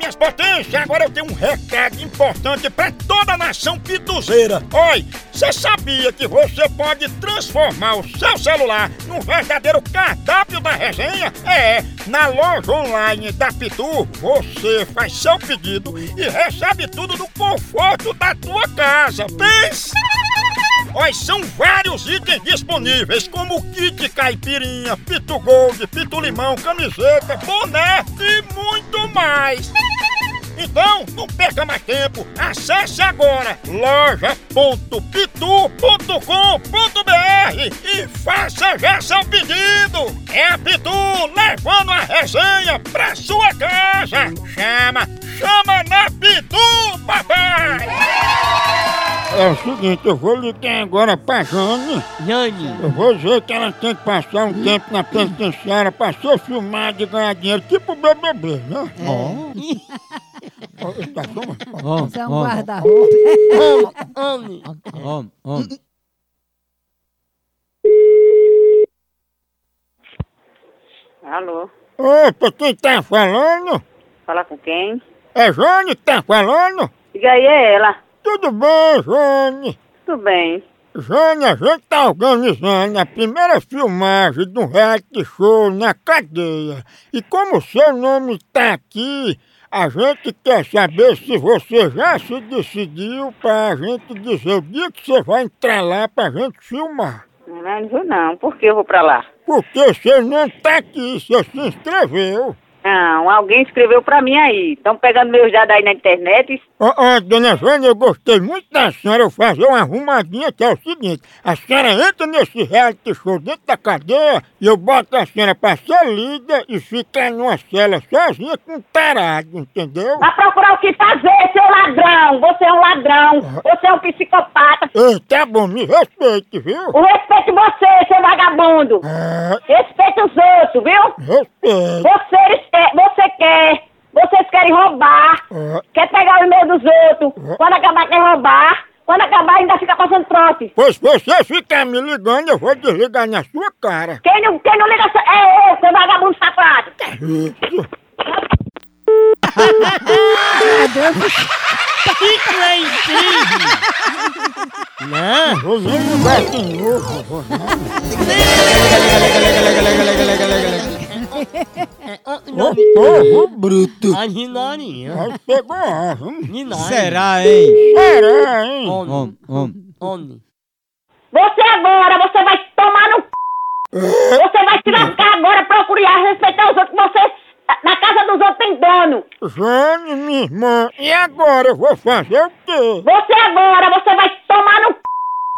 das potências, agora eu tenho um recado importante pra toda a nação pituzeira. Oi, você sabia que você pode transformar o seu celular num verdadeiro cardápio da resenha? É, na loja online da Pitu, você faz seu pedido e recebe tudo no conforto da tua casa. Pensa! Olha, são vários itens disponíveis, como kit caipirinha, pitu gold, pitu limão, camiseta, boné e muito mais. Então, não perca mais tempo. Acesse agora loja.pitu.com.br e faça já seu pedido. É a Pitu levando a resenha pra sua casa. Chama, chama na Pitu, papai! É o seguinte, eu vou ligar agora pra Jane. Yane, Eu vou dizer que ela tem que passar um tempo na penitenciária pra ser filmada e ganhar dinheiro, tipo o BBB, né? Ó. Ó, tá só uma- ó, Isso é um ó, guarda-roupa. ó, ó. Alô, Opa, quem tá falando? fala com quem? É Jane que tá falando? Diga aí, é ela. Tudo bem, Jane? Tudo bem. Jane, a gente tá organizando a primeira filmagem de um reality show na cadeia. E como o seu nome tá aqui, a gente quer saber se você já se decidiu pra gente dizer o dia que você vai entrar lá pra gente filmar. Não, não vou não. Por que eu vou pra lá? Porque você não tá aqui, você se inscreveu. Não, alguém escreveu pra mim aí. Estão pegando meus dados aí na internet. e- Ó, ó, dona Jane, eu gostei muito da senhora. Eu fazer uma arrumadinha que é o seguinte: a senhora entra nesse reality show dentro da cadeia e eu boto a senhora pra ser líder e ficar numa cela sozinha com um tarado, entendeu? Vai procurar o que fazer, seu ladrão. Você é um ladrão. Você é um psicopata. Ei, tá bom, me respeite, viu? Eu respeito você, seu vagabundo. Ah, Respeita os outros, viu? respeite. Vocês quer, você quer. Vocês querem roubar. Ah, Quer pegar o meio dos outros. Quando acabar, quer roubar. Quando acabar, ainda fica passando trote. pois se você ficar me ligando, eu vou desligar na sua cara. Quem não, quem não liga é eu, seu vagabundo safado. Isso. Que leitinho! Não, Eu nem me bato em novo, vou Ô, povo bruto. a ginarinha. Aí pegou a hein? Ginarinha. Será, hein? Será, hein? Homem, Homem, homem. homem. Você agora, você vai tomar no c... Você vai se lascar agora, procurar respeitar os outros. Você, na casa dos outros tem dono. Jane, minha irmã, e agora eu vou fazer o quê? Você agora, você vai tomar no c...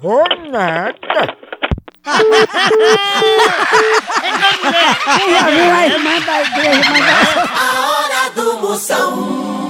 Vou nada. Quem já viu a irmã da igreja, mas A hora do Moção.